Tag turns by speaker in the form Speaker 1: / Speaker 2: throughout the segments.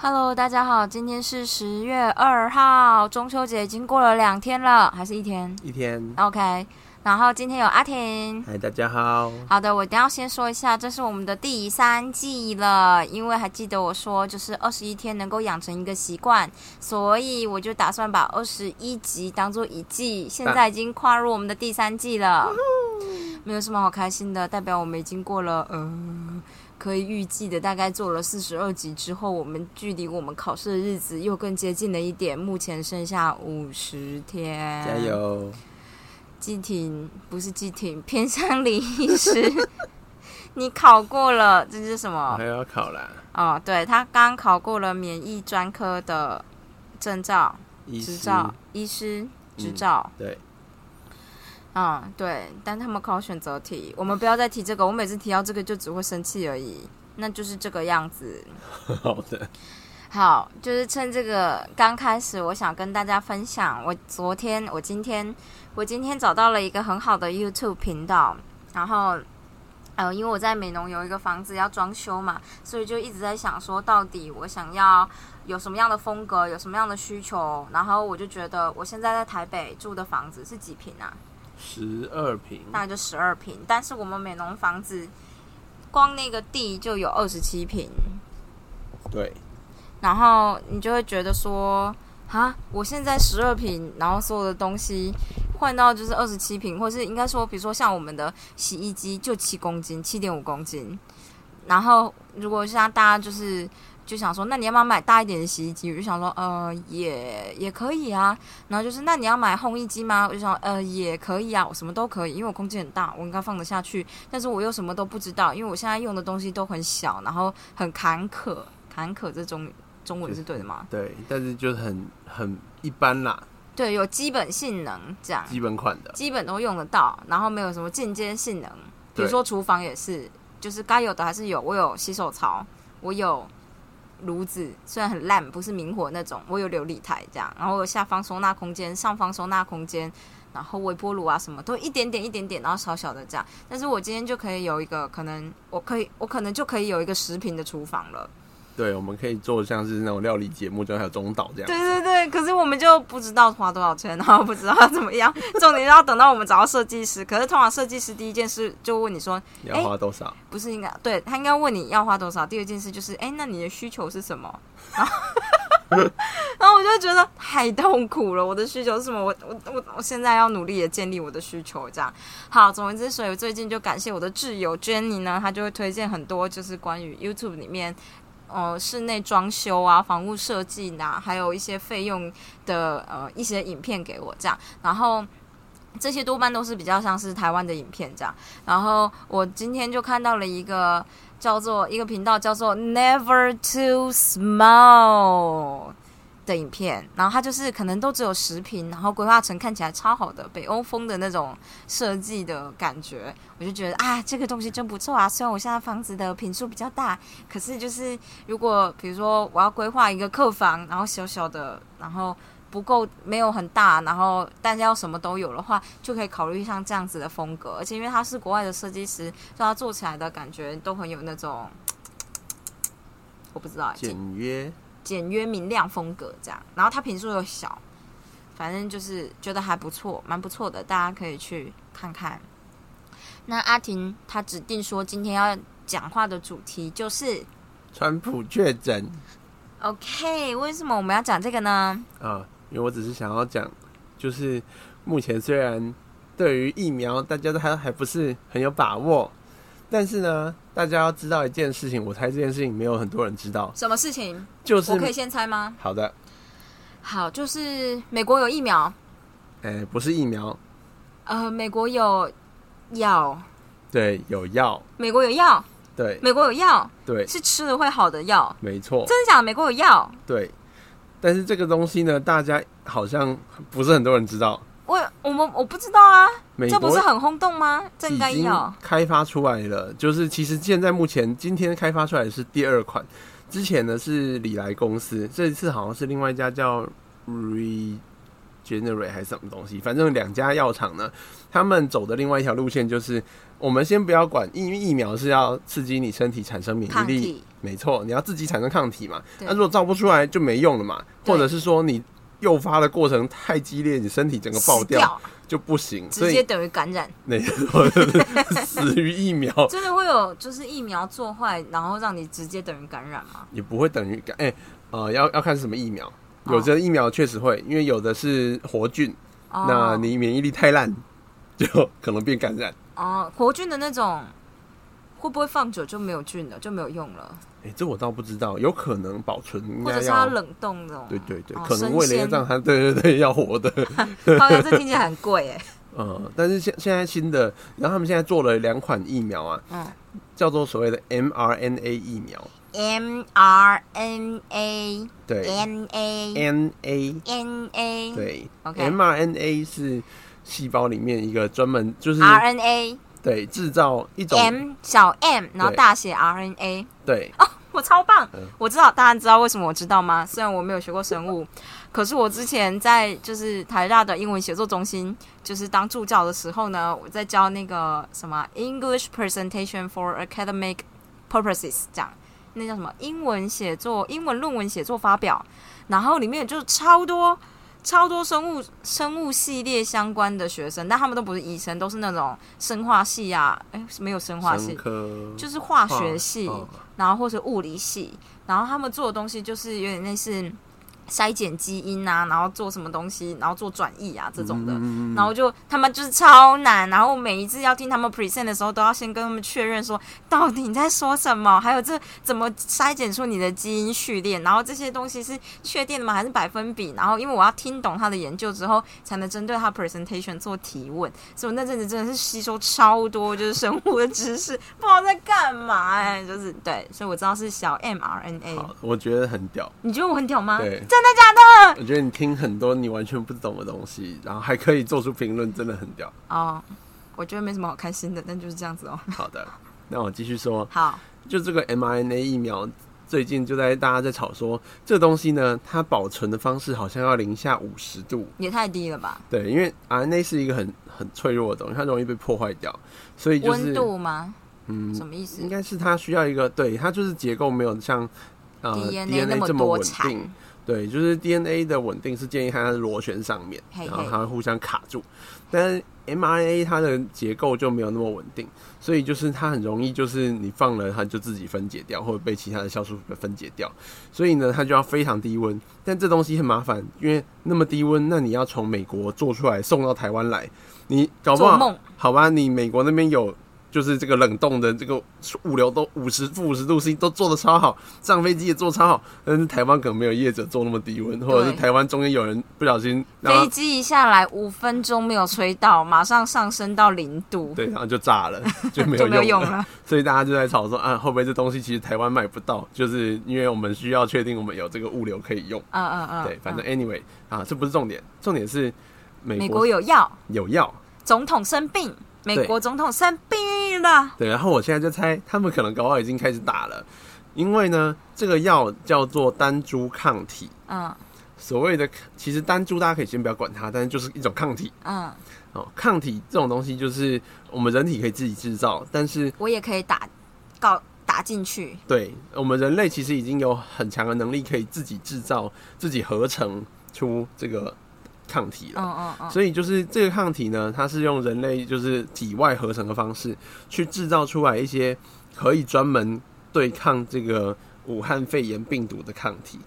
Speaker 1: Hello，大家好，今天是十月二号，中秋节已经过了两天了，还是一天
Speaker 2: 一天。
Speaker 1: ？OK，然后今天有阿婷。
Speaker 2: 嗨，大家好。
Speaker 1: 好的，我一定要先说一下，这是我们的第三季了，因为还记得我说就是二十一天能够养成一个习惯，所以我就打算把二十一集当做一季，现在已经跨入我们的第三季了，没有什么好开心的，代表我们已经过了呃。可以预计的，大概做了四十二集之后，我们距离我们考试的日子又更接近了一点。目前剩下五十天，
Speaker 2: 加
Speaker 1: 嗯
Speaker 2: 油！
Speaker 1: 季婷不是季婷，偏向李医师。 你考过了，这是什
Speaker 2: 我
Speaker 1: 么
Speaker 2: 还？要考啦，
Speaker 1: 哦，对他刚考过了免疫专科的证照、
Speaker 2: 医
Speaker 1: 执
Speaker 2: 师
Speaker 1: 照、医师执
Speaker 2: 嗯
Speaker 1: 照。
Speaker 2: 对，
Speaker 1: 嗯对，但他们考选择题，我们不要再提这个。我每次提到这个就只会生气而已，那就是这个样子。
Speaker 2: 好的，
Speaker 1: 好，就是趁这个刚开始，我想跟大家分享，我昨天、我今天、我今天找到了一个很好的 YouTube 频道，然后。呃，因为我在美浓有一个房子要装修嘛，所以就一直在想说，到底我想要有什么样的风格，有什么样的需求。然后我就觉得，我现在在台北住的房子是几平啊？
Speaker 2: 十二平，
Speaker 1: 大概就十二平，但是我们美浓房子光那个地就有二十七平，
Speaker 2: 对，
Speaker 1: 然后你就会觉得说，啊，我现在十二平，然后所有的东西换到就是二十七平，或是应该说，比如说像我们的洗衣机就七公斤，七点五公斤。然后如果像大家就是就想说，那你要不要买大一点的洗衣机？我就想说，呃，也也可以啊。然后就是，那你要买烘衣机吗？我就想，呃，也可以啊，我什么都可以，因为我空间很大，我应该放得下去。但是我又什么都不知道，因为我现在用的东西都很小，然后很坎坷，坎坷这中中文是对的吗？
Speaker 2: 对，但是就是很很一般啦，
Speaker 1: 对，有基本性能这样，
Speaker 2: 基本款的，
Speaker 1: 基本都用得到，然后没有什么进阶性能。比如
Speaker 2: 对
Speaker 1: 说厨房也是，就是该有的还是有。我有洗手槽，我有炉子，虽然很烂，不是明火那种，我有琉璃台这样，然后我有下方收纳空间、上方收纳空间，然后微波炉啊什么都一点点一点点，然后小小的这样。但是我今天就可以有一个可能，我可以我可能就可以有一个十平的厨房了。
Speaker 2: 对，我们可以做像是那种料理节目，就还有中岛这样，
Speaker 1: 对对对，可是我们就不知道花多少钱，然后不知道怎么样。重点是要等到我们找到设计师，可是通常设计师第一件事就问你说，
Speaker 2: 你要花多少？
Speaker 1: 不是应该对他应该问你要花多少？第二件事就是，哎，那你的需求是什么？ 然后，然后我就觉得太痛苦了。我的需求是什么？我我我我现在要努力的建立我的需求，这样好。总而言之，所以我最近就感谢我的挚友 Jenny 呢，她就会推荐很多就是关于 YouTube 里面。呃，室内装修啊，房屋设计呐、还有一些费用的呃一些影片给我这样，然后这些多半都是比较像是台湾的影片这样，然后我今天就看到了一个叫做一个频道叫做 Never Too Small 的影片，然后它就是可能都只有十平，然后规划成看起来超好的北欧风的那种设计的感觉，我就觉得啊，这个东西真不错啊。虽然我现在房子的平数比较大，可是就是如果比如说我要规划一个客房，然后小小的，然后。不够没有很大，然后但是要什么都有的话，就可以考虑像这样子的风格。而且因为他是国外的设计师，所以他做起来的感觉都很有那种，我不知道欸简
Speaker 2: 简约，
Speaker 1: 简约明亮风格这样。然后他平数又小，反正就是觉得还不错，蛮不错的，大家可以去看看。那阿婷她指定说今天要讲话的主题就是
Speaker 2: 川普确诊
Speaker 1: OK，为什么我们要讲这个呢？
Speaker 2: 啊，因为我只是想要讲，就是目前虽然对于疫苗大家都还还不是很有把握，但是呢，大家要知道一件事情，我猜这件事情没有很多人知道，
Speaker 1: 什么事情？
Speaker 2: 就是
Speaker 1: 我可以先猜吗？
Speaker 2: 好的，
Speaker 1: 好，就是美国有疫苗，
Speaker 2: 哎、不是疫苗，
Speaker 1: 呃，美国有药，
Speaker 2: 对，有药，
Speaker 1: 美国有药，
Speaker 2: 对
Speaker 1: 美国有药，
Speaker 2: 对，
Speaker 1: 是吃了会好的药，
Speaker 2: 没错，
Speaker 1: 真的假的？美国有药，
Speaker 2: 对。但是这个东西呢，大家好像不是很多人知道，
Speaker 1: 我我们我不知道啊，
Speaker 2: 美
Speaker 1: 这不是
Speaker 2: 国
Speaker 1: 很轰动吗？这应该
Speaker 2: 已经
Speaker 1: 有，
Speaker 2: 开发出来了。就是其实现在目前今天开发出来的是第二款，之前呢是礼来公司，这一次好像是另外一家叫 Regeneron Generate 还是什么东西，反正两家药厂呢，他们走的另外一条路线就是，我们先不要管，因为疫苗是要刺激你身体产生免疫
Speaker 1: 抗
Speaker 2: 力，
Speaker 1: 体，
Speaker 2: 没错，你要自己产生抗体嘛。
Speaker 1: 对
Speaker 2: 那如果造不出来就没用了嘛，
Speaker 1: 对
Speaker 2: 或者是说你诱发的过程太激烈，你身体整个爆
Speaker 1: 死
Speaker 2: 掉就不行，所
Speaker 1: 直
Speaker 2: 以
Speaker 1: 接等于感染，
Speaker 2: 那死于疫苗
Speaker 1: 真的会有就是疫苗做坏，然后让你直接等于感染吗？
Speaker 2: 也不会等于感哎、呃，要要看是什么疫苗。
Speaker 1: 哦
Speaker 2: 有的疫苗确实会，因为有的是活菌，
Speaker 1: 哦
Speaker 2: 那你免疫力太烂，就可能变感染。
Speaker 1: 哦，活菌的那种会不会放久就没有菌了，就没有用了？
Speaker 2: 哎、这我倒不知道，有可能保存应
Speaker 1: 或
Speaker 2: 该
Speaker 1: 者是它
Speaker 2: 要，
Speaker 1: 冷冻的哦？
Speaker 2: 对对对，
Speaker 1: 哦
Speaker 2: 可能为了要
Speaker 1: 生鲜
Speaker 2: 让它，对对对，要活的。
Speaker 1: 好像这听起来很贵 哎。
Speaker 2: 呃，但是现现在新的，然后他们现在做了两款疫苗啊，
Speaker 1: 嗯
Speaker 2: 叫做所谓的 mRNA 疫苗，
Speaker 1: ，mRNA
Speaker 2: 对
Speaker 1: NA
Speaker 2: ，N A，
Speaker 1: NA
Speaker 2: 对
Speaker 1: 嗯 OK
Speaker 2: ，mRNA 是细胞里面一个专门就是
Speaker 1: RNA
Speaker 2: 对制造一种
Speaker 1: M 哦小 M，然后
Speaker 2: 对
Speaker 1: 大写 RNA。
Speaker 2: 对
Speaker 1: 我超棒
Speaker 2: 嗯！
Speaker 1: 我知道，大家知道为什么我知道吗？虽然我没有学过生物，可是我之前在就是台大的英文写作中心，就是当助教的时候呢，我在教那个什么 English Presentation for Academic Purposes，这样那叫什么英文写作、英文论文写作发表，然后里面就是超多。超多生物生物系列相关的学生，但他们都不是医生，都是那种生化系啊，哎、没有生化系
Speaker 2: 生，科
Speaker 1: 就是化学系，
Speaker 2: 哦
Speaker 1: 然后或者物理系，然后他们做的东西就是有点类似筛检基因啊，然后做什么东西，然后做转译啊这种的。
Speaker 2: 嗯
Speaker 1: 然后就他们就是超难，然后我每一次要听他们 present 的时候，都要先跟他们确认说，到底你在说什么，还有这怎么筛检出你的基因序列，然后这些东西是确定的吗？还是百分比？然后因为我要听懂他的研究之后，才能针对他 presentation 做提问，所以我那阵子真的是吸收超多就是生物的知识，不知道在干嘛哎、就是对，所以我知道是小 mRNA，
Speaker 2: 好，我觉得很屌，
Speaker 1: 你觉得我很屌吗？
Speaker 2: 对
Speaker 1: 啊真的假的？
Speaker 2: 我觉得你听很多你完全不懂的东西，然后还可以做出评论，真的很 屌。
Speaker 1: 哦，我觉得没什么好开心的，但就是这样子哦。
Speaker 2: 好的，那我继续说，
Speaker 1: 好，
Speaker 2: 就这个 mRNA 疫苗，最近就在大家在吵说，这东西呢，它保存的方式好像要零下五十度。
Speaker 1: 也太低了吧？
Speaker 2: 对，因为 RNA 是一个很很脆弱的东西，它容易被破坏掉，所以就
Speaker 1: 温
Speaker 2: 是
Speaker 1: 度吗？
Speaker 2: 嗯，
Speaker 1: 什么意思
Speaker 2: 应该是它需要一个，对，它就是结构没有像呃
Speaker 1: DNA 那
Speaker 2: 这么
Speaker 1: 多
Speaker 2: 稳
Speaker 1: 产
Speaker 2: 定。对，就是 DNA 的稳定是建议它在螺旋上面，
Speaker 1: 嘿
Speaker 2: 然后
Speaker 1: 嘿
Speaker 2: 它会互相卡住。但是 mRNA 它的结构就没有那么稳定，所以就是它很容易就是你放了它就自己分解掉，或者被其他的酵素分解掉。所以呢，它就要非常低温。但这东西很麻烦，因为那么低温，那你要从美国做出来送到台湾来，你搞不
Speaker 1: 做
Speaker 2: 好
Speaker 1: 梦
Speaker 2: 好吧，你美国那边有就是这个冷冻的这个物流都五十负五十度 C 都做的超好，上飞机也做超好，但是台湾可能没有业者做那么低温，或者是台湾中间有人不小心然
Speaker 1: 飞
Speaker 2: 后
Speaker 1: 机一下来五分钟没有吹到，马上上升到零度，
Speaker 2: 对，然后就 炸了，就没
Speaker 1: 就没有
Speaker 2: 有
Speaker 1: 用
Speaker 2: 用
Speaker 1: 了。
Speaker 2: 所以大家就在吵说啊，会不会这东西其实台湾买不到？就是因为我们需要确定我们有这个物流可以用。
Speaker 1: 嗯嗯嗯，
Speaker 2: 对，反正
Speaker 1: 嗯
Speaker 2: anyway 啊，这不是重点，重点是美
Speaker 1: 美
Speaker 2: 国
Speaker 1: 国有药，
Speaker 2: 有药。
Speaker 1: 总统生病，美国总统生病了，
Speaker 2: 对，然后我现在就猜他们可能搞不好已经开始打了，因为呢，这个药叫做单株抗体。
Speaker 1: 嗯
Speaker 2: 所谓的其实单株大家可以先不要管它，但是就是一种抗体
Speaker 1: 嗯，
Speaker 2: 哦。抗体这种东西就是我们人体可以自己制造，但是
Speaker 1: 我也可以打，搞打进去，
Speaker 2: 对我们人类其实已经有很强的能力可以自己制造、自己合成出这个抗体
Speaker 1: 嗯
Speaker 2: 了。
Speaker 1: 嗯嗯，
Speaker 2: 所以就是这个抗体呢，它是用人类就是体外合成的方式去制造出来一些可以专门对抗这个武汉肺炎病毒的抗体。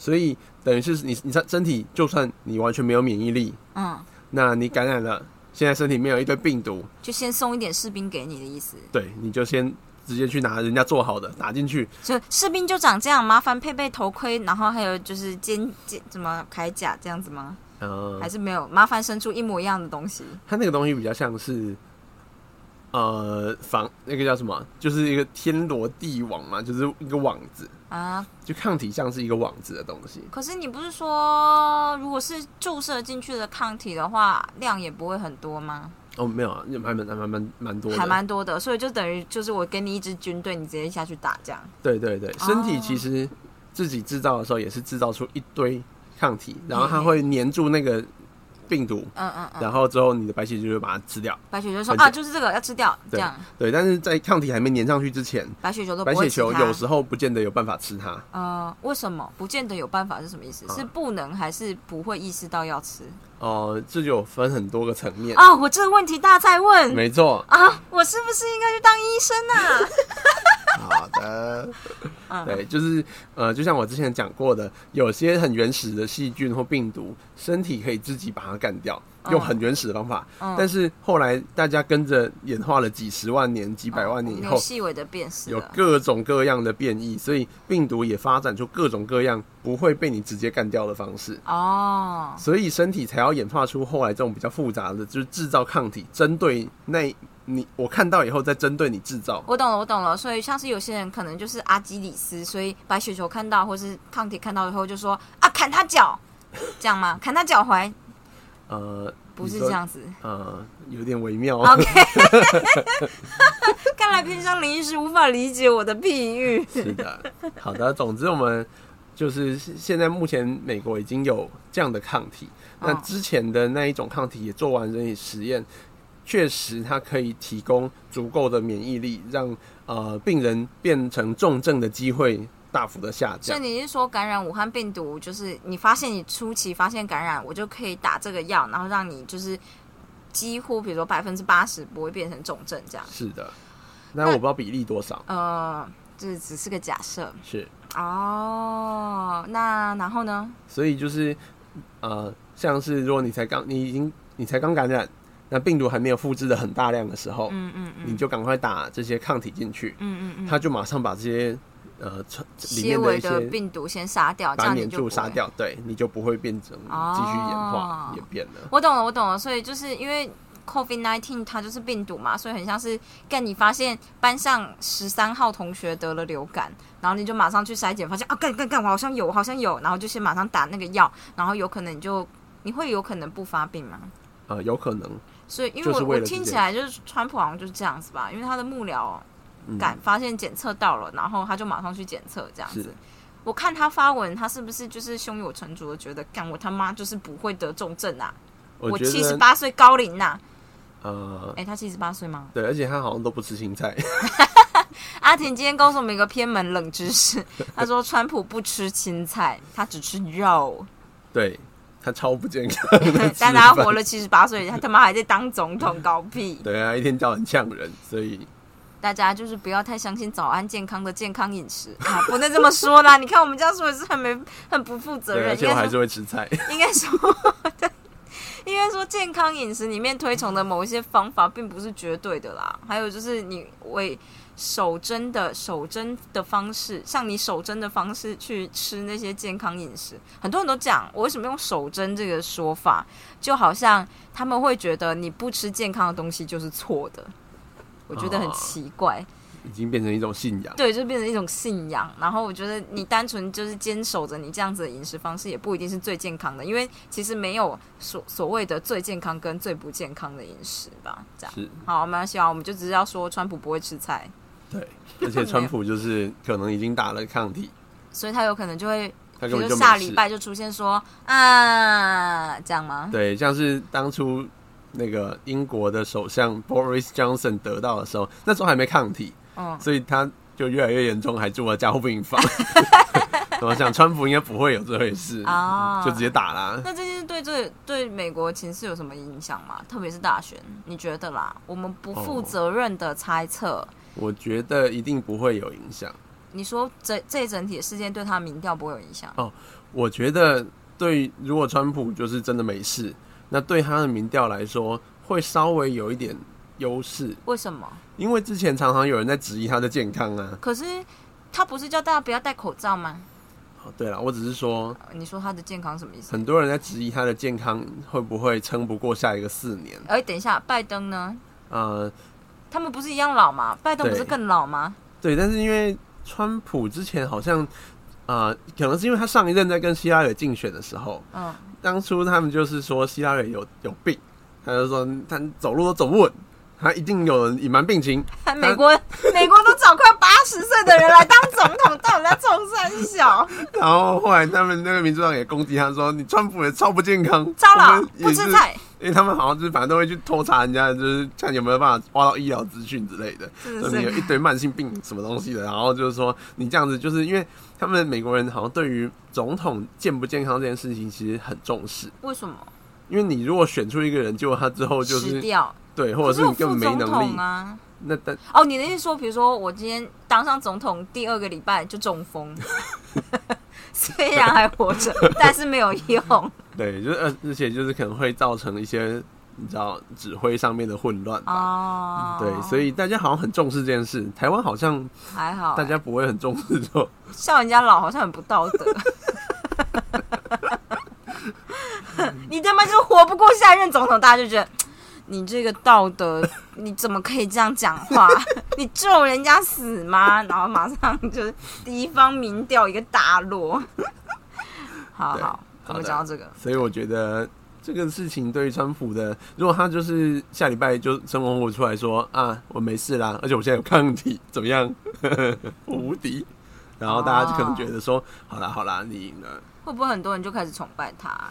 Speaker 2: 所以等于是你你身身体就算你完全没有免疫力，
Speaker 1: 嗯，
Speaker 2: 那你感染了，现在身体里面有一堆病毒，
Speaker 1: 就先送一点士兵给你的意思，
Speaker 2: 对，你就先直接去拿人家做好的打进去，
Speaker 1: 就士兵就长这样，麻烦配备头盔，然后还有就是肩肩怎么铠甲这样子吗？
Speaker 2: 呃
Speaker 1: 还，是没有？麻烦生出一模一样的东西，
Speaker 2: 它那个东西比较像是，呃，防那个叫什么，就是一个天罗地网嘛，就是一个网子，
Speaker 1: 啊，
Speaker 2: 就抗体像是一个网子的东西。
Speaker 1: 可是你不是说，如果是注射进去的抗体的话，量也不会很多吗？
Speaker 2: 哦，没有啊，还蛮还蛮蛮蛮多的，
Speaker 1: 还蛮多的，所以就等于就是我给你一支军队，你直接下去打这样。
Speaker 2: 对对
Speaker 1: 哦
Speaker 2: 对，身体其实自己制造的时候也是制造出一堆抗体，然后它会粘住那个病毒，
Speaker 1: 嗯嗯嗯，
Speaker 2: 然后之后你的白血球就会把它吃掉。
Speaker 1: 白血球说
Speaker 2: 很
Speaker 1: 啊，
Speaker 2: 简
Speaker 1: 就是这个要吃掉，这
Speaker 2: 对
Speaker 1: 样
Speaker 2: 对，但是在抗体还没粘上去之前，
Speaker 1: 白血球都不
Speaker 2: 白
Speaker 1: 会
Speaker 2: 血
Speaker 1: 吃
Speaker 2: 球
Speaker 1: 它
Speaker 2: 有时候不见得有办法吃它。
Speaker 1: 呃，为什么不见得有办法是什么意思？
Speaker 2: 啊
Speaker 1: 是不能还是不会意识到要吃
Speaker 2: 哦、这就有分很多个层面。
Speaker 1: 啊？我这个问题大家在问，
Speaker 2: 没错
Speaker 1: 啊，我是不是应该去当医生 啊？
Speaker 2: 好的，
Speaker 1: 嗯
Speaker 2: 对，就是呃，就像我之前讲过的，有些很原始的细菌或病毒，身体可以自己把它干掉，
Speaker 1: 嗯
Speaker 2: 用很原始的方法。
Speaker 1: 嗯
Speaker 2: 但是后来大家跟着演化了几十万年、几百万年以
Speaker 1: 嗯有
Speaker 2: 后，
Speaker 1: 细微的辨识
Speaker 2: 有
Speaker 1: 了。
Speaker 2: 各种各样的变异，所以病毒也发展出各种各样不会被你直接干掉的方式，
Speaker 1: 哦，
Speaker 2: 所以身体才要演化出后来这种比较复杂的，就是制造抗体，针对那你我看到以后再针对你制造。
Speaker 1: 我懂了，我懂了。所以像是有些人可能就是阿基里斯，所以白血球看到或是抗体看到以后就说啊，砍他脚，这样吗？砍他脚踝，
Speaker 2: 呃，
Speaker 1: 不
Speaker 2: 你
Speaker 1: 是
Speaker 2: 说
Speaker 1: 这，样哦子。
Speaker 2: 呃，有点微妙。
Speaker 1: OK，看来平常林医师无法理解我的譬喻。
Speaker 2: 是的，好的。总之，我们就是现在目前美国已经有这样的抗体，那
Speaker 1: 嗯
Speaker 2: 之前的那一种抗体也做完人体实验，确实它可以提供足够的免疫力，让呃病人变成重症的机会大幅的下
Speaker 1: 所以
Speaker 2: 降。
Speaker 1: 你是说感染武汉病毒，就是你发现你初期发现感染，我就可以打这个药，然后让你就是几乎比如说百分之八十不会变成重症这样。
Speaker 2: 是的，那我不知道比例多少，
Speaker 1: 呃，这只是个假设
Speaker 2: 是，
Speaker 1: 哦。那然后呢？
Speaker 2: 所以就是呃，像是如果你才刚，你已经你才刚感染，那病毒还没有复制的很大量的时候，
Speaker 1: 嗯嗯嗯
Speaker 2: 你就赶快打这些抗体进去。
Speaker 1: 嗯嗯嗯，
Speaker 2: 他就马上把这些呃传里
Speaker 1: 纤
Speaker 2: 面的
Speaker 1: 维
Speaker 2: 一
Speaker 1: 的
Speaker 2: 些
Speaker 1: 病毒先杀掉，这
Speaker 2: 把
Speaker 1: 样你
Speaker 2: 黏
Speaker 1: 就
Speaker 2: 住
Speaker 1: 不
Speaker 2: 杀
Speaker 1: 会。
Speaker 2: 掉，对你就不会变成继续演
Speaker 1: 哦
Speaker 2: 化演变了。
Speaker 1: 我懂了，我懂了。所以就是因为 COVID nineteen 它就是病毒嘛，所以很像是跟你发现班上十三号同学得了流感，然后你就马上去筛检，发现啊，干干干，我好像有，我好像有，然后就先马上打那个药，然后有可能你就你会有可能不发病吗？
Speaker 2: 呃，有可能
Speaker 1: 所以因
Speaker 2: 就
Speaker 1: 为
Speaker 2: 是
Speaker 1: 我
Speaker 2: 为
Speaker 1: 我
Speaker 2: 了这
Speaker 1: 听起
Speaker 2: 件
Speaker 1: 来就是川普好像就是这样子吧，因为他的幕僚
Speaker 2: 嗯
Speaker 1: 敢发现检测到了，然后他就马上去检测这样
Speaker 2: 是
Speaker 1: 子。我看他发文，他是不是就是胸有成竹的觉得，干我他妈就是不会得重症啊！
Speaker 2: 我觉
Speaker 1: 七十
Speaker 2: 得
Speaker 1: 八岁高龄呐、
Speaker 2: 呃
Speaker 1: 哎、他七十八岁吗？啊
Speaker 2: 对，而且他好像都不吃青菜，
Speaker 1: 阿婷今天告诉我们一个偏门冷知 识，他说川普不吃青菜，他只吃 肉。
Speaker 2: 对他超不健康的吃
Speaker 1: 但他
Speaker 2: 法
Speaker 1: 活了七十八岁，他他妈还在当总统搞屁！
Speaker 2: 对啊，一天到晚呛人，所以
Speaker 1: 大家就是不要太相信早安健康的健康饮食啊，不能这么说啦。你看我们这样说也是很没很不负责
Speaker 2: 对，
Speaker 1: 任，
Speaker 2: 而
Speaker 1: 应
Speaker 2: 且我
Speaker 1: 该
Speaker 2: 还
Speaker 1: 说
Speaker 2: 是会吃菜，
Speaker 1: 应该说，对，应该说健康饮食里面推崇的某一些方法，并不是绝对的啦。还有就是你为守真的守真的方式，像你守真的方式去吃那些健康饮食，很多人都讲我为什么用守真这个说法，就好像他们会觉得你不吃健康的东西就是错的，我觉得很
Speaker 2: 哦
Speaker 1: 奇怪。
Speaker 2: 已经变成一种信仰。
Speaker 1: 对，就变成一种信仰。然后我觉得你单纯就是坚守着你这样子的饮食方式，也不一定是最健康的，因为其实没有所所谓的最健康跟最不健康的饮食吧。这样
Speaker 2: 是
Speaker 1: 好，没关系啊，我们就只是要说川普不会吃菜，
Speaker 2: 对，而且川普就是可能已经打了抗体，
Speaker 1: 所以他有可能就会，
Speaker 2: 他
Speaker 1: 比
Speaker 2: 根
Speaker 1: 如
Speaker 2: 本
Speaker 1: 说
Speaker 2: 就
Speaker 1: 下
Speaker 2: 没
Speaker 1: 礼
Speaker 2: 事。
Speaker 1: 拜就出现说啊这样吗？
Speaker 2: 对，像是当初那个英国的首相 Boris Johnson 得到的时候，那时候还没抗体，
Speaker 1: 嗯，
Speaker 2: 所以他就越来越严重，还住了加护病 房。我想川普应该不会有这回事
Speaker 1: 啊
Speaker 2: 嗯就直接打啦。
Speaker 1: 那这件事对这对美国情势有什么影响吗？特别是大选，你觉得啦？我们不负
Speaker 2: 哦
Speaker 1: 责任的猜测。
Speaker 2: 我觉得一定不会有影响。
Speaker 1: 你说这这一整体的事件对他民调不会有影响？
Speaker 2: 我觉得对，如果川普就是真的没事，那对他的民调来说会稍微有一点优势，
Speaker 1: 为什么？
Speaker 2: 因为之前常常有人在质疑他的健康啊。
Speaker 1: 可是他不是叫大家不要戴口罩吗？
Speaker 2: 哦对了，我只是说
Speaker 1: 呃你说他的健康什么意思？
Speaker 2: 很多人在质疑他的健康会不会撑不过下一个四年。
Speaker 1: 哎，等一下，拜登呢？
Speaker 2: 呃，
Speaker 1: 他们不是一样老吗？拜登不是
Speaker 2: 对
Speaker 1: 更老吗？
Speaker 2: 对，但是因为川普之前好像，呃，可能是因为他上一任在跟希拉蕊竞选的时候，
Speaker 1: 嗯，
Speaker 2: 当初他们就是说希拉蕊有有病，他就说他走路都走不稳，他一定有人隐瞒病情。
Speaker 1: 美国美国都找快八十岁的人来当总统，到底在冲三小？
Speaker 2: 然后后来他们那个民主党也攻击他说：“你川普也超不健康，
Speaker 1: 糟了
Speaker 2: 我们，也
Speaker 1: 不吃
Speaker 2: 是
Speaker 1: 菜，
Speaker 2: 因为他们好像就是反正都会去偷查人家，就是看有没有办法挖到医疗资讯之类的。
Speaker 1: 真
Speaker 2: 就
Speaker 1: 的
Speaker 2: 你有
Speaker 1: 是
Speaker 2: 一堆慢性病什么东西的，然后就是说你这样子，就是因为他们美国人好像对于总统健不健康这件事情其实很重视，
Speaker 1: 为什么？
Speaker 2: 因为你如果选出一个人，结果他之后就
Speaker 1: 吃
Speaker 2: 是
Speaker 1: 掉，
Speaker 2: 对，或者
Speaker 1: 可
Speaker 2: 是
Speaker 1: 我
Speaker 2: 你根
Speaker 1: 副
Speaker 2: 本没
Speaker 1: 总
Speaker 2: 能力
Speaker 1: 统，啊。
Speaker 2: 那但
Speaker 1: 哦，你的意思说，比如说我今天当上总统第二个礼拜就中风， 虽然还活着，但是没有用
Speaker 2: 对，就是呃而且就是可能会造成一些你知道指挥上面的混乱 吧。
Speaker 1: 哦。
Speaker 2: 对，所以大家好像很重视这件事，台湾好像
Speaker 1: 还好、
Speaker 2: 大家不会很重视这种。
Speaker 1: 笑人家老好像很不道德。 你他妈就活不过下一任总统，大家就觉得你这个道德，你怎么可以这样讲话？ 你咒人家死吗？然后马上就是敌方民调一个大落。 好
Speaker 2: 对
Speaker 1: 好，
Speaker 2: 好
Speaker 1: 我们
Speaker 2: 的
Speaker 1: 讲到这个，
Speaker 2: 所以我觉得这个事情对于川普的，如果他就是下礼拜就生活火出来说啊，我没事啦，而且我现在有抗体，怎么样， 我无敌。然后大家就可能觉得说，好啦好啦，你赢了。
Speaker 1: 会不会很多人就开始崇拜他啊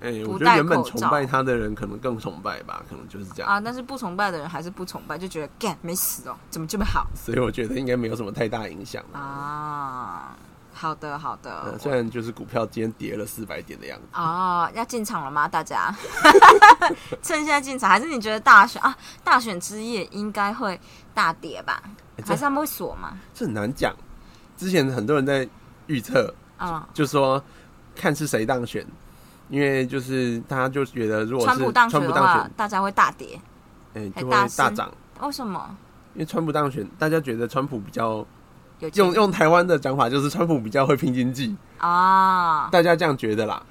Speaker 2: 哎、
Speaker 1: 不
Speaker 2: 我觉
Speaker 1: 戴
Speaker 2: 得原本
Speaker 1: 口
Speaker 2: 崇
Speaker 1: 罩
Speaker 2: 拜他的人可能更崇拜吧，可能就是这样。
Speaker 1: 啊？但是不崇拜的人还是不崇拜，就觉得干没死哦，怎么这么好
Speaker 2: 所以我觉得应该没有什么太大影响啦。
Speaker 1: 啊？好的，好的
Speaker 2: 呃，虽然就是股票今天跌了四百点的样子，
Speaker 1: 哦，要进场了吗？大家 趁现在进场，还是你觉得大选啊？大选之夜应该会大跌吧？
Speaker 2: 哎这
Speaker 1: 还是他们会锁吗？
Speaker 2: 这很难讲。之前很多人在预测，
Speaker 1: 嗯，
Speaker 2: 就说看是谁当选，因为就是大家就觉得如果
Speaker 1: 川
Speaker 2: 是
Speaker 1: 普当选
Speaker 2: 川
Speaker 1: 的
Speaker 2: 普
Speaker 1: 话，
Speaker 2: 当选，
Speaker 1: 大家会大跌。
Speaker 2: 哎、
Speaker 1: 还
Speaker 2: 就
Speaker 1: 大
Speaker 2: 会
Speaker 1: 声
Speaker 2: 大涨。
Speaker 1: 为什么？
Speaker 2: 因为川普当选，大家觉得川普比较
Speaker 1: 有钱
Speaker 2: 用 用台湾的讲法，就是川普比较会拼经济，
Speaker 1: 啊，
Speaker 2: 大家这样觉得啦。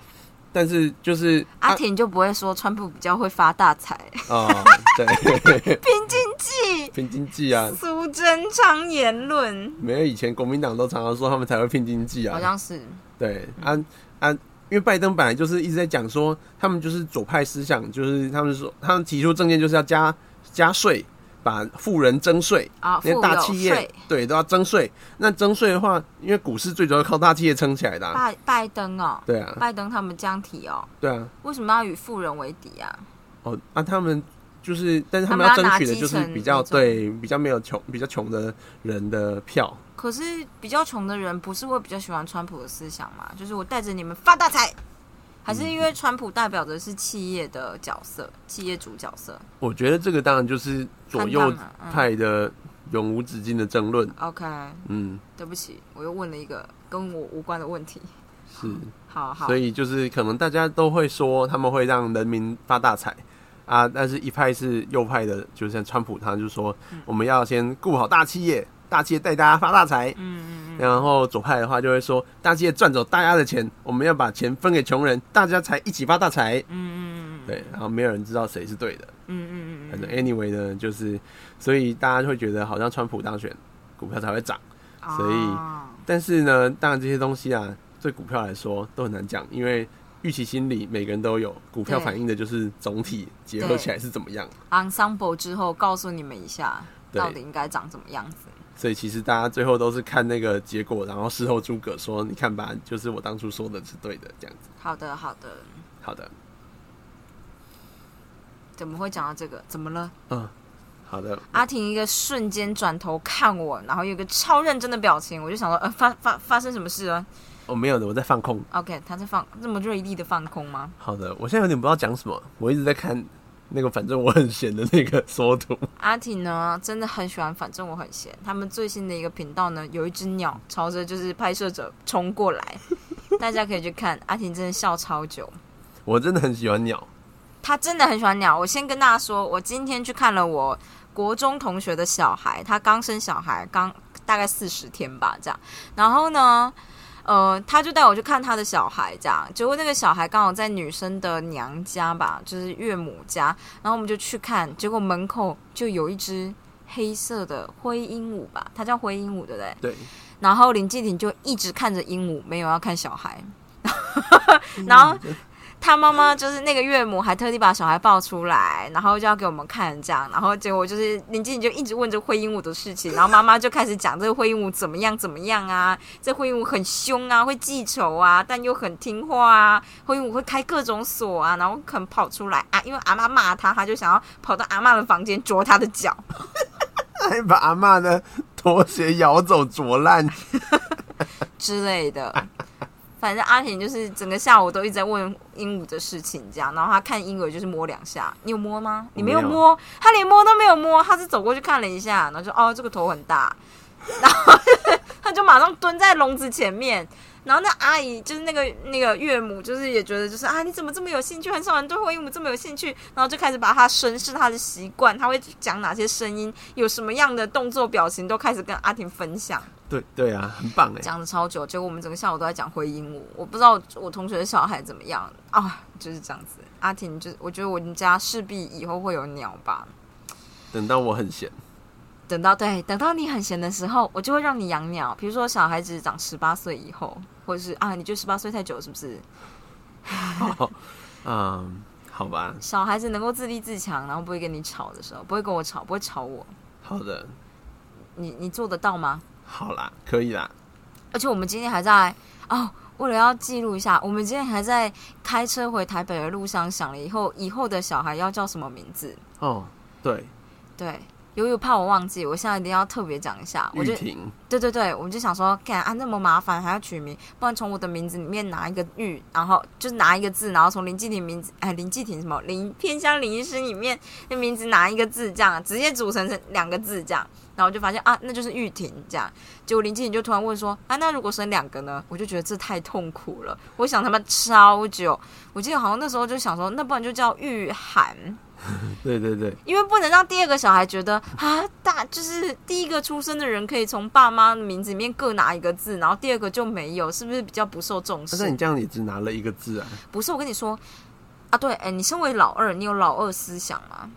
Speaker 2: 但是就是
Speaker 1: 阿婷就不会说川普比较会发大财，
Speaker 2: 啊、哦对，
Speaker 1: 拼经济，
Speaker 2: 拼经 济啊，
Speaker 1: 苏贞昌言论
Speaker 2: 没有以前国民党都常常说他们才会拼经济
Speaker 1: 好
Speaker 2: 啊，
Speaker 1: 像是
Speaker 2: 对啊啊，因为拜登本来就是一直在讲说，他们就是左派思想，就是他们说他们提出政见就是要加加税，把富人征税，
Speaker 1: 啊，
Speaker 2: 连
Speaker 1: 富
Speaker 2: 大
Speaker 1: 有
Speaker 2: 企业
Speaker 1: 税。
Speaker 2: 对都要征税。那征税的话，因为股市最主要靠大企业撑起来的、啊，
Speaker 1: 拜拜登哦，
Speaker 2: 对啊，
Speaker 1: 拜登他们这样提哦，
Speaker 2: 对啊，
Speaker 1: 为什么要与富人为敌啊？
Speaker 2: 哦，啊，他们就是，但是他
Speaker 1: 他们
Speaker 2: 们要
Speaker 1: 要
Speaker 2: 争
Speaker 1: 拿
Speaker 2: 取的
Speaker 1: 基
Speaker 2: 就是
Speaker 1: 层
Speaker 2: 比较
Speaker 1: 那种
Speaker 2: 对比较没有穷比较穷的人的票，
Speaker 1: 可是比较穷的人不是会比较喜欢川普的思想吗？就是我带着你们发大财，还是因为川普代表的是企业的角色，企业主角色？
Speaker 2: 我觉得这个当然就是左右
Speaker 1: 看到了嗯
Speaker 2: 派的永无止境的争论。
Speaker 1: OK，
Speaker 2: 嗯，
Speaker 1: 对不起，我又问了一个跟我无关的问题。
Speaker 2: 是，
Speaker 1: 好好
Speaker 2: 所，以就是可能大家都会说他们会让人民发大财啊，但是一派是右派的，就像川普，他就说
Speaker 1: 嗯
Speaker 2: 我们要先顾好大企业，大企业带大家发大财。
Speaker 1: 嗯嗯嗯，
Speaker 2: 然后左派的话就会说，大企业赚走大家的钱，我们要把钱分给穷人，大家才一起发大财。
Speaker 1: 嗯嗯嗯嗯
Speaker 2: 对，然后没有人知道谁是对的。
Speaker 1: 嗯嗯
Speaker 2: 反
Speaker 1: 嗯
Speaker 2: 正 anyway 呢，就是所以大家就会觉得好像川普当选，股票才会涨。
Speaker 1: 嗯，
Speaker 2: 所以
Speaker 1: 啊
Speaker 2: 但是呢，当然这些东西啊，对股票来说都很难讲，因为预期心理每个人都有，股票
Speaker 1: 对
Speaker 2: 反映的就是总体结合起来是怎么样。
Speaker 1: ensemble 之后告诉你们一下，
Speaker 2: 对
Speaker 1: 到底应该长怎么样子？
Speaker 2: 所以其实大家最后都是看那个结果，然后事后诸葛说，你看吧，就是我当初说的是对的，这样子。
Speaker 1: 好的好的，
Speaker 2: 好的，
Speaker 1: 怎么会讲到这个？怎么了？
Speaker 2: 好的，
Speaker 1: 阿婷一个瞬间转头看我，然后有一个超认真的表情，我就想说，呃，发发发生什么事了
Speaker 2: 我、没有的，我在放空。
Speaker 1: ？OK，他在放这么锐利的放空吗？
Speaker 2: 好的，我现在有点不知道讲什么，我一直在看那个，反正我很闲的那个缩图。
Speaker 1: 阿婷呢，真的很喜欢，反正我很闲。他们最新的一个频道呢，有一只鸟朝着就是拍摄者冲过来，大家可以去看。阿婷真的笑超久，
Speaker 2: 我真的很喜欢鸟，
Speaker 1: 她真的很喜欢鸟。我先跟大家说，我今天去看了我国中同学的小孩，他刚生小孩，刚大概四十天吧，这样。然后呢，呃，他就带我去看他的小孩，这样。结果那个小孩刚好在女生的娘家吧，就是岳母家，然后我们就去看，结果门口就有一只黑色的灰鹦鹉吧，它叫灰鹦鹉，对不对？
Speaker 2: 对，
Speaker 1: 然 后林继廷就一直看着鹦鹉，没有要看小孩。然后，他妈妈就是那个岳母，还特地把小孩抱出来，然后就要给我们看这样，然后结果就是林经理就一直问这灰鹦鹉的事情，然后妈妈就开始讲这个灰鹦鹉怎么样怎么样啊，这灰鹦鹉很凶啊，会记仇啊，但又很听话啊，灰鹦鹉会开各种锁啊，然后肯跑出来啊，因为阿妈骂他，他就想要跑到阿妈的房间啄他的脚，
Speaker 2: 还哎把阿嬷的拖鞋咬走啄烂。
Speaker 1: 之类的。反正阿婷就是整个下午都一直在问鹦鹉的事情，这样，然后他看鹦鹉就是摸两下，你有摸吗？你没有
Speaker 2: 没有
Speaker 1: 摸，他连摸都没有摸，他是走过去看了一下，然后就哦这个头很大，然后他就马上蹲在笼子前面，然后那阿姨就是那个那个岳母，就是也觉得就是啊，你怎么这么有兴趣？很少人对灰鹦鹉这么有兴趣。然后就开始把他身世、他的习惯，他会讲哪些声音，有什么样的动作、表情，都开始跟阿婷分享，
Speaker 2: 对 对啊，很棒哎。
Speaker 1: 讲了超久。结果我们整个下午都在讲灰鹦鹉。我不知道我我同学的小孩怎么样啊，就是这样子。阿婷就是，我觉得我们家势必以后会有鸟吧。
Speaker 2: 等到我很闲，
Speaker 1: 等到对，等到你很闲的时候，我就会让你养鸟。比如说小孩子长十八岁以后，或者是啊，你就十八岁太久了是不是？
Speaker 2: 嗯，好吧，
Speaker 1: 小孩子能够自立自强，然后不会跟你吵的时候，不会跟我吵，不会吵我，
Speaker 2: 好的，
Speaker 1: 你你做得到吗？
Speaker 2: 好啦，可以啦。
Speaker 1: 而且我们今天还在哦，为了要记录一下，我们今天还在开车回台北的路上想了以后以后的小孩要叫什么名字。
Speaker 2: 哦，对，
Speaker 1: 对，由于怕我忘记，我现在一定要特别讲一下。我
Speaker 2: 玉
Speaker 1: 就
Speaker 2: 婷，
Speaker 1: 对对对，我们就想说，干啊那么麻烦，还要取名，不然从我的名字里面拿一个玉，然后就是拿一个字，然后从林继廷名字，哎，林继廷什么林偏乡林医师里面那名字拿一个字，这样直接组成成两个字这样，然后我就发现啊，那就是玉婷这样。结果林继廷就突然问说，啊，那如果生两个呢？我就觉得这太痛苦了，我想他们超久，我记得好像那时候就想说，那不然就叫玉涵。
Speaker 2: 对对对，
Speaker 1: 因为不能让第二个小孩觉得啊，大就是第一个出生的人可以从爸妈的名字里面各拿一个字，然后第二个就没有，是不是比较不受重
Speaker 2: 但是
Speaker 1: 视
Speaker 2: 你？这样也只拿了一个字啊。
Speaker 1: 不是，我跟你说啊，对，哎，你身为老二，你有老二思想吗？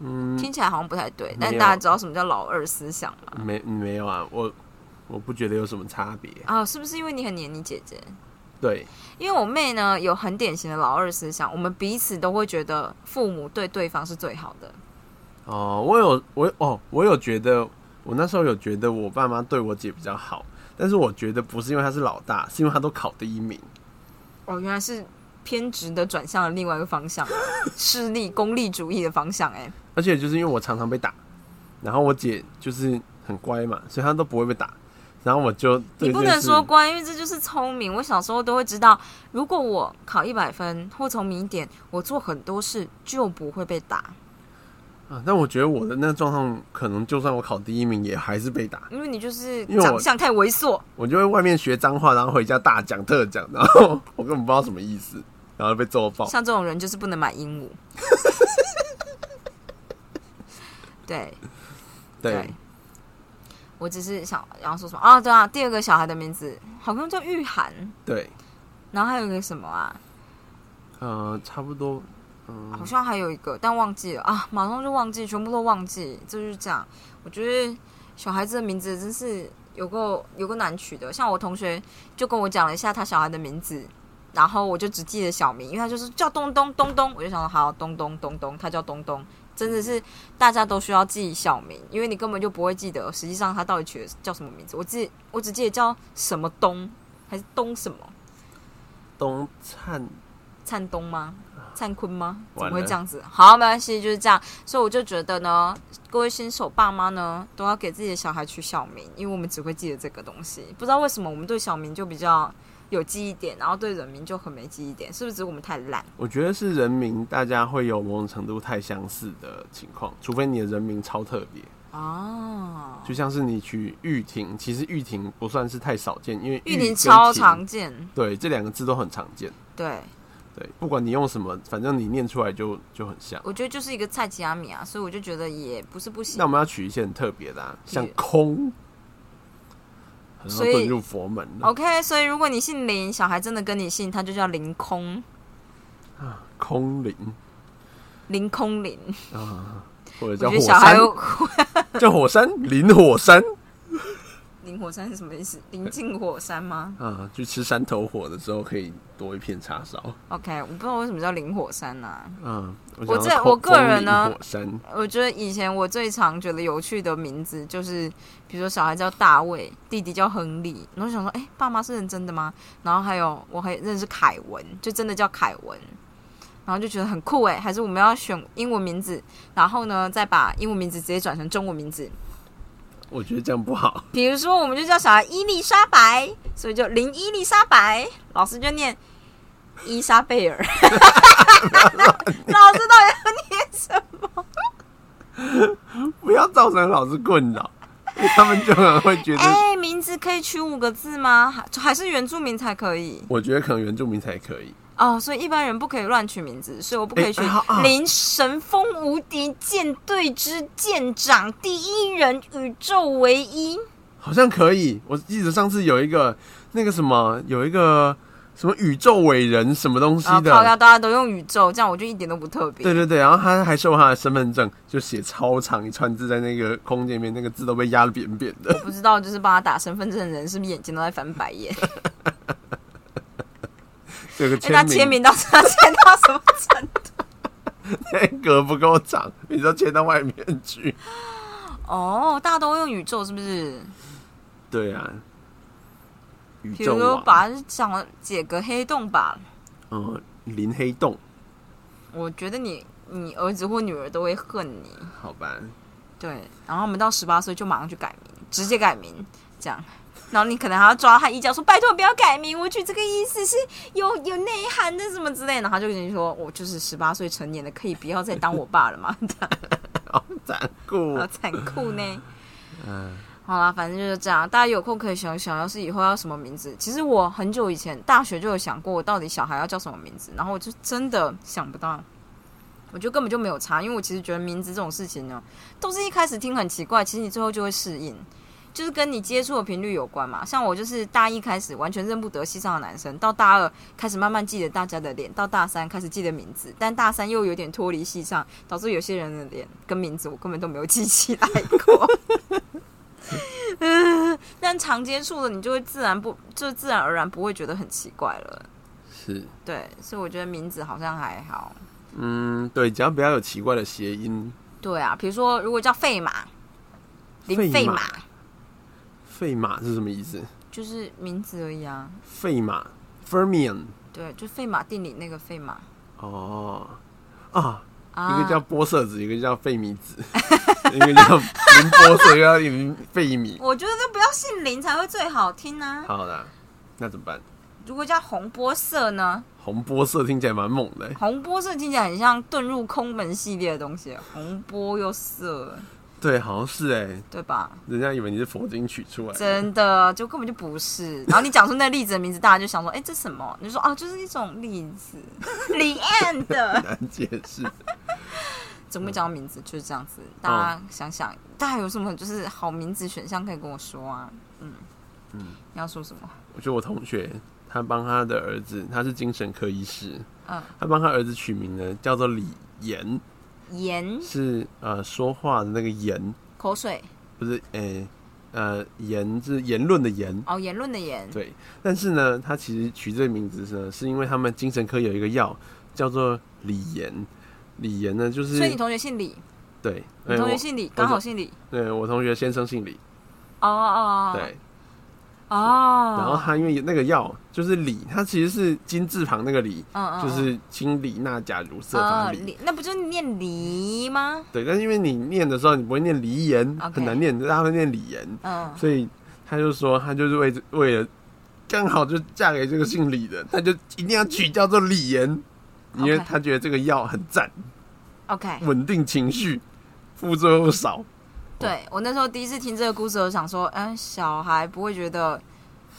Speaker 2: 嗯，
Speaker 1: 听起来好像不太对，但
Speaker 2: 没有
Speaker 1: 大家知道什么叫老二思想吗？
Speaker 2: 没没有啊，我我不觉得有什么差别。
Speaker 1: 啊，是不是因为你很黏你姐姐？
Speaker 2: 对，
Speaker 1: 因为我妹呢有很典型的老二思想，我们彼此都会觉得父母对对方是最好的。
Speaker 2: 哦，我有我哦，我有觉得，我那时候有觉得我爸妈对我姐比较好，但是我觉得不是因为她是老大，是因为她都考第一名。
Speaker 1: 哦，原来是偏执的转向了另外一个方 向，势力功利主义的方向、哎。
Speaker 2: 而且就是因为我常常被打，然后我姐就是很乖嘛，所以她都不会被打，然后我就对
Speaker 1: 你不
Speaker 2: 这件
Speaker 1: 能
Speaker 2: 事
Speaker 1: 说乖，因为这就是聪明。我小时候都会知道，如果我考一百分或聪明一点，我做很多事就不会被打，
Speaker 2: 啊，但我觉得我的那个状况，可能就算我考第一名，也还是被打。
Speaker 1: 因为你就是
Speaker 2: 因为我
Speaker 1: 长相太猥琐。
Speaker 2: 我就会外面学脏话，然后回家大讲特讲，然后 我根本不知道什么意思，然后被揍爆。
Speaker 1: 像这种人就是不能买鹦 鹉。对，
Speaker 2: 对，
Speaker 1: 我只是想然后说什么啊？对啊，第二个小孩的名字好像叫玉涵，
Speaker 2: 对，
Speaker 1: 然后还有一个什么啊？
Speaker 2: 呃，差不多，嗯、
Speaker 1: 好像还有一个，但忘记了啊，马上就忘记，全部都忘记，就是这样。我觉得小孩子的名字真是有够有够难取的。像我同学就跟我讲了一下他小孩的名字，然后我就只记得小名，因为他就是叫东东东东，我就想说好东东东东，他叫东东，真的是大家都需要记小名，因为你根本就不会记得实际上他到底取的叫什么名字。我记我只记得叫什么东，还是东什么。
Speaker 2: 东灿，
Speaker 1: 灿东吗？灿坤吗？怎
Speaker 2: 完
Speaker 1: 么
Speaker 2: 了
Speaker 1: 会这样子？好，没关系，就是这样。所以我就觉得呢，各位新手爸妈呢，都要给自己的小孩取小名，因为我们只会记得这个东西。不知道为什么我们对小名就比较有记忆点，然后对人名就很没记忆点，是不是只是我们太懒？
Speaker 2: 我觉得是人名，大家会有某种程度太相似的情况，除非你的人名超特别，
Speaker 1: 哦，
Speaker 2: 就像是你取玉婷，其实玉婷不算是太少见，因为
Speaker 1: 玉
Speaker 2: 婷
Speaker 1: 婷超，常见，
Speaker 2: 对，这两个字都很常见，
Speaker 1: 对
Speaker 2: 对，不管你用什么，反正你念出来就就很像。
Speaker 1: 我觉得就是一个菜奇阿米啊，所以我就觉得也不是不行
Speaker 2: 那我。们要取一些很特别的、啊，像
Speaker 1: 例如
Speaker 2: 空，然后
Speaker 1: 所以哦
Speaker 2: 遁入佛门。
Speaker 1: OK，所以如果你姓林，小孩真的跟你姓，他就叫林空，
Speaker 2: 空灵
Speaker 1: 林空林。
Speaker 2: 啊，或者
Speaker 1: 我觉
Speaker 2: 叫 火
Speaker 1: 得小孩
Speaker 2: 山，叫火山灵火山，
Speaker 1: 灵火山是什么意思？临近火山吗
Speaker 2: 啊，去吃山头火的时候可以多一片叉烧。
Speaker 1: ？OK，我不知道为什么叫灵火山呐、
Speaker 2: 嗯，
Speaker 1: 我
Speaker 2: 想
Speaker 1: 这
Speaker 2: 要
Speaker 1: 我
Speaker 2: 空
Speaker 1: 个
Speaker 2: 风
Speaker 1: 人
Speaker 2: 林
Speaker 1: 呢
Speaker 2: 火山
Speaker 1: 我觉得以前我最常觉得有趣的名字就是，比如说小孩叫大卫，弟弟叫亨利，然后我想说，哎、爸妈是认真的吗？然后还有我还认识凯文，就真的叫凯文，然后就觉得很酷哎、还是我们要选英文名字，然后呢再把英文名字直接转成中文名字，
Speaker 2: 我觉得这样不好。
Speaker 1: 比如说我们就叫小孩伊丽莎白，所以就林伊丽莎白，老师就念伊莎贝尔， 老师到底要念什么？
Speaker 2: 不要造成老师困扰，他们就可能会觉得，
Speaker 1: 哎、名字可以取五个字吗？还还是原住民才可以？
Speaker 2: 我觉得可能原住民才可以。
Speaker 1: 哦，所以一般人不可以乱取名字，所以我不可以取
Speaker 2: 哎好啊
Speaker 1: 林神风无敌舰队之舰长第一人宇宙唯一。
Speaker 2: 好像可以，我记得上次有一个那个什么，有一个什么宇宙伟人什么东西
Speaker 1: 然后哦靠
Speaker 2: 的
Speaker 1: 要，大家都用宇宙，这样我就一点都不特别。
Speaker 2: 对对对，然后他还收他的身份证，就写超长一串字在那个空间里面，那个字都被压得扁扁 的。
Speaker 1: 我不知道就是帮他打身份证的人是不是眼睛都在翻白眼？
Speaker 2: 有个
Speaker 1: 哎、他
Speaker 2: 签
Speaker 1: 签
Speaker 2: 名
Speaker 1: 名到底要签到什么程度？
Speaker 2: 格不够长，你就签到外面去。
Speaker 1: 哦，大家都用宇宙是不是？
Speaker 2: 对啊，宇
Speaker 1: 比
Speaker 2: 宙
Speaker 1: 如说
Speaker 2: 王，
Speaker 1: 把它想了解个黑洞吧，
Speaker 2: 嗯，林黑洞，
Speaker 1: 我觉得你你儿子或女儿都会恨你，
Speaker 2: 好吧，
Speaker 1: 对。然后我们到十八岁就马上去改名，直接改名这样。然后你可能还要抓他衣角说：“拜托不要改名，我取这个意思是有有内涵的什么之类的。”然后他就跟你说：“我就是十八岁成年的，可以不要再当我爸了吗？”
Speaker 2: 好残酷
Speaker 1: 好
Speaker 2: 哦，
Speaker 1: 残酷呢。
Speaker 2: 嗯，
Speaker 1: 好啦，反正就是这样。大家有空可以想想，要是以后要什么名字。其实我很久以前大学就有想过，我到底小孩要叫什么名字，然后我就真的想不到，我就根本就没有查，因为我其实觉得名字这种事情呢，都是一开始听很奇怪，其实你最后就会适应，就是跟你接触的频率有关嘛。像我就是大一开始完全认不得系上的男生，到大二开始慢慢记得大家的脸，到大三开始记得名字，但大三又有点脱离系上，导致有些人的脸跟名字我根本都没有记起来过。但常接触了，你就会自然不，就自然而然不会觉得很奇怪了。
Speaker 2: 是。
Speaker 1: 对，所以我觉得名字好像还好。
Speaker 2: 嗯，对，只要不要有奇怪的谐音，
Speaker 1: 对啊，比如说如果叫费马，林费
Speaker 2: 费
Speaker 1: 马
Speaker 2: 马费马是什么意思？
Speaker 1: 就是名字而已啊。
Speaker 2: 费马 （Fermion）
Speaker 1: 对，就费马定理那个费马
Speaker 2: 哦啊，
Speaker 1: 啊，
Speaker 2: 一个叫波色子，一个叫费米子， 一个叫林波色，一个叫林费米。
Speaker 1: 我觉得不要姓林才会最好听啊。
Speaker 2: 好啦，那怎么办？
Speaker 1: 如果叫红波色呢？
Speaker 2: 红波色听起来蛮猛的欸、
Speaker 1: 红波色听起来很像遁入空门系列的东西，红波又色，
Speaker 2: 对，好像是哎、
Speaker 1: 对吧？
Speaker 2: 人家以为你是佛经取出来的。
Speaker 1: 真的，就根本就不 是。然后你讲出那栗子的名字，大家就想说，哎、这什么？你就说哦，就是一种栗子， 李岸的。
Speaker 2: 难解释，
Speaker 1: 怎么会讲到名字？就是这样子。大
Speaker 2: 哦
Speaker 1: 家想想，大家有什么就是好名字选项可以跟我说啊？嗯
Speaker 2: 嗯
Speaker 1: 你要说什么？
Speaker 2: 我觉得我同学他帮他的儿子，他是精神科医师，
Speaker 1: 嗯，
Speaker 2: 他帮他儿子取名呢叫做李岩，
Speaker 1: 盐、
Speaker 2: 是呃说话的那个言，
Speaker 1: 口水
Speaker 2: 不是诶、呃言是言论的言。
Speaker 1: 哦，言论的言。
Speaker 2: 对，但是呢，他其实取这个名字呢，是因为他们精神科有一个药叫做李炎，李炎呢就是
Speaker 1: 所以你同学姓李，
Speaker 2: 对，
Speaker 1: 你
Speaker 2: 对
Speaker 1: 同学
Speaker 2: 我
Speaker 1: 姓李，
Speaker 2: 我
Speaker 1: 刚好姓李。
Speaker 2: 对我同学先生姓李，
Speaker 1: 哦哦哦，
Speaker 2: 对，
Speaker 1: 哦。
Speaker 2: 然后他因为那个药就是李，他其实是金字旁那个李，
Speaker 1: 嗯嗯，嗯
Speaker 2: 就是氢锂钠钾如瑟
Speaker 1: 哦
Speaker 2: 法锂。
Speaker 1: 李，那不就是念梨吗？
Speaker 2: 对，但是因为你念的时候你不会念梨炎，
Speaker 1: OK
Speaker 2: 很难念，大家会念李炎，
Speaker 1: 嗯，
Speaker 2: 所以他就说他就是为为了刚好就嫁给这个姓李的，他就一定要取叫做李岩，因为
Speaker 1: OK
Speaker 2: 他觉得这个药很赞，
Speaker 1: OK。
Speaker 2: 稳定情绪，副作用少。
Speaker 1: 对我那时候第一次听这个故事，我想说，嗯，小孩不会觉得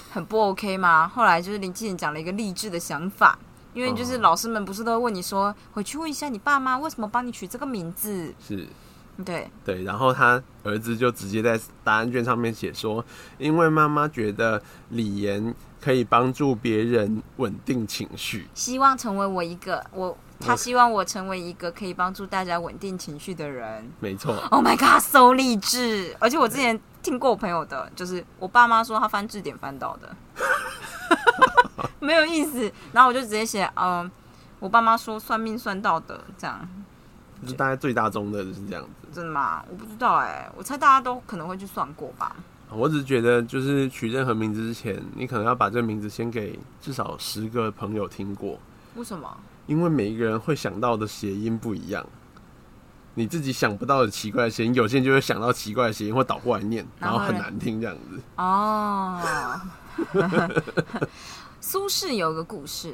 Speaker 1: 很不 OK 吗？后来就是林志颖讲了一个励志的想法，因为就是
Speaker 2: 哦
Speaker 1: 老师们不是都会问你说，回去问一下你爸妈为什么帮你取这个名字？
Speaker 2: 是
Speaker 1: 对，
Speaker 2: 对，然后他儿子就直接在答案卷上面写说，因为妈妈觉得李岩可以帮助别人稳定情绪。
Speaker 1: 希望成为我一个我他希望我成为一个可以帮助大家稳定情绪的人。
Speaker 2: 没错，
Speaker 1: Oh my god，so 励志！而且我之前听过我朋友的，就是我爸妈说他翻字典翻到的， 没有意思。然后我就直接写，嗯、我爸妈说算命算到的，这样
Speaker 2: 就大概最大宗的就是这样子。
Speaker 1: 真的吗？我不知道哎、我猜大家都可能会去算过吧。
Speaker 2: 我只是觉得，就是取任何名字之前，你可能要把这个名字先给至少十个朋友听过，
Speaker 1: 为什么？
Speaker 2: 因为每一个人会想到的谐音不一样。你自己想不到的奇怪的谐音，有些人就会想到奇怪的谐音，或倒过来念，
Speaker 1: 然
Speaker 2: 然后
Speaker 1: 后
Speaker 2: 很
Speaker 1: 嘞
Speaker 2: 难听这样子。
Speaker 1: 哦， 苏轼有个故事，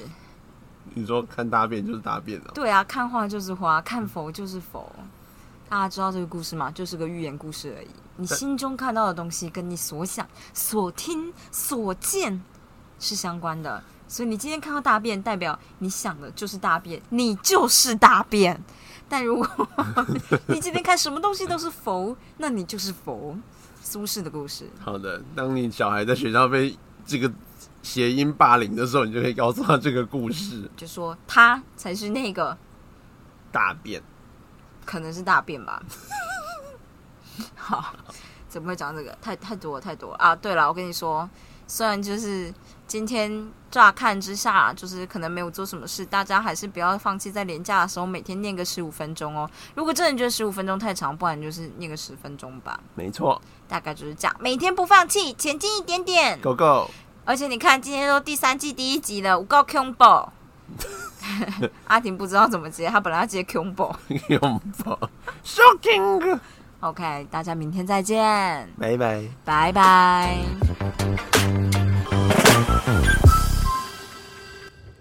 Speaker 2: 你说看大便就是大便啊，
Speaker 1: 对啊，看花就是花，看佛就是佛。大家知道这个故事吗？就是个寓言故事而已。你
Speaker 2: 对
Speaker 1: 心中看到的东西，跟你所想、所听、所见是相关的。所以你今天看到大便，代表你想的就是大便，你就是大便。但如果你今天看什么东西都是佛，那你就是佛。苏轼的故事，
Speaker 2: 好的，当你小孩在学校被这个谐音霸凌的时候，你就可以告诉他这个故事。
Speaker 1: 就说他才是那个
Speaker 2: 大便，
Speaker 1: 可能是大便吧。好，怎么会讲到这个？太太多了太多了啊！对了，我跟你说，虽然就是今天乍看之下就是可能没有做什么事，大家还是不要放弃在廉价的时候每天念个十五分钟哦。如果真的觉得十五分钟太长，不然就是念个十分钟吧。
Speaker 2: 没错
Speaker 1: 大概就是这样，每天不放弃，前进一点点。
Speaker 2: ，Go Go，
Speaker 1: 而且你看，今天都第三季第一集了，我告 combo。阿婷不知道怎么接，她本来要接 combo。
Speaker 2: 拥抱，Shocking，
Speaker 1: OK，大家明天再见，
Speaker 2: 拜拜。
Speaker 1: 拜拜。